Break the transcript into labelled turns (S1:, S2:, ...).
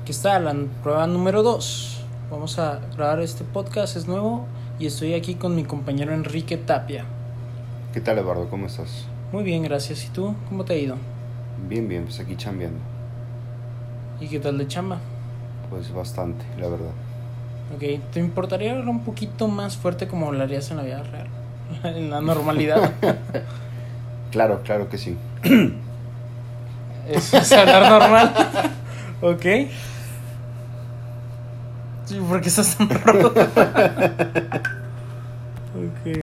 S1: Aquí está la n- prueba número 2. Vamos a grabar este podcast, es nuevo y estoy aquí con mi compañero Enrique Tapia.
S2: ¿Qué tal, Eduardo? ¿Cómo estás?
S1: Muy bien, gracias. ¿Y tú? ¿Cómo te ha ido?
S2: Bien, bien, pues aquí chambeando.
S1: ¿Y qué tal de chamba?
S2: Pues bastante, la verdad.
S1: Ok, ¿te importaría hablar un poquito más fuerte como hablarías en la vida real? En la normalidad.
S2: Claro, claro que sí.
S1: Eso es hablar normal. ok. Sí, ¿Por qué estás tan rojo? ok.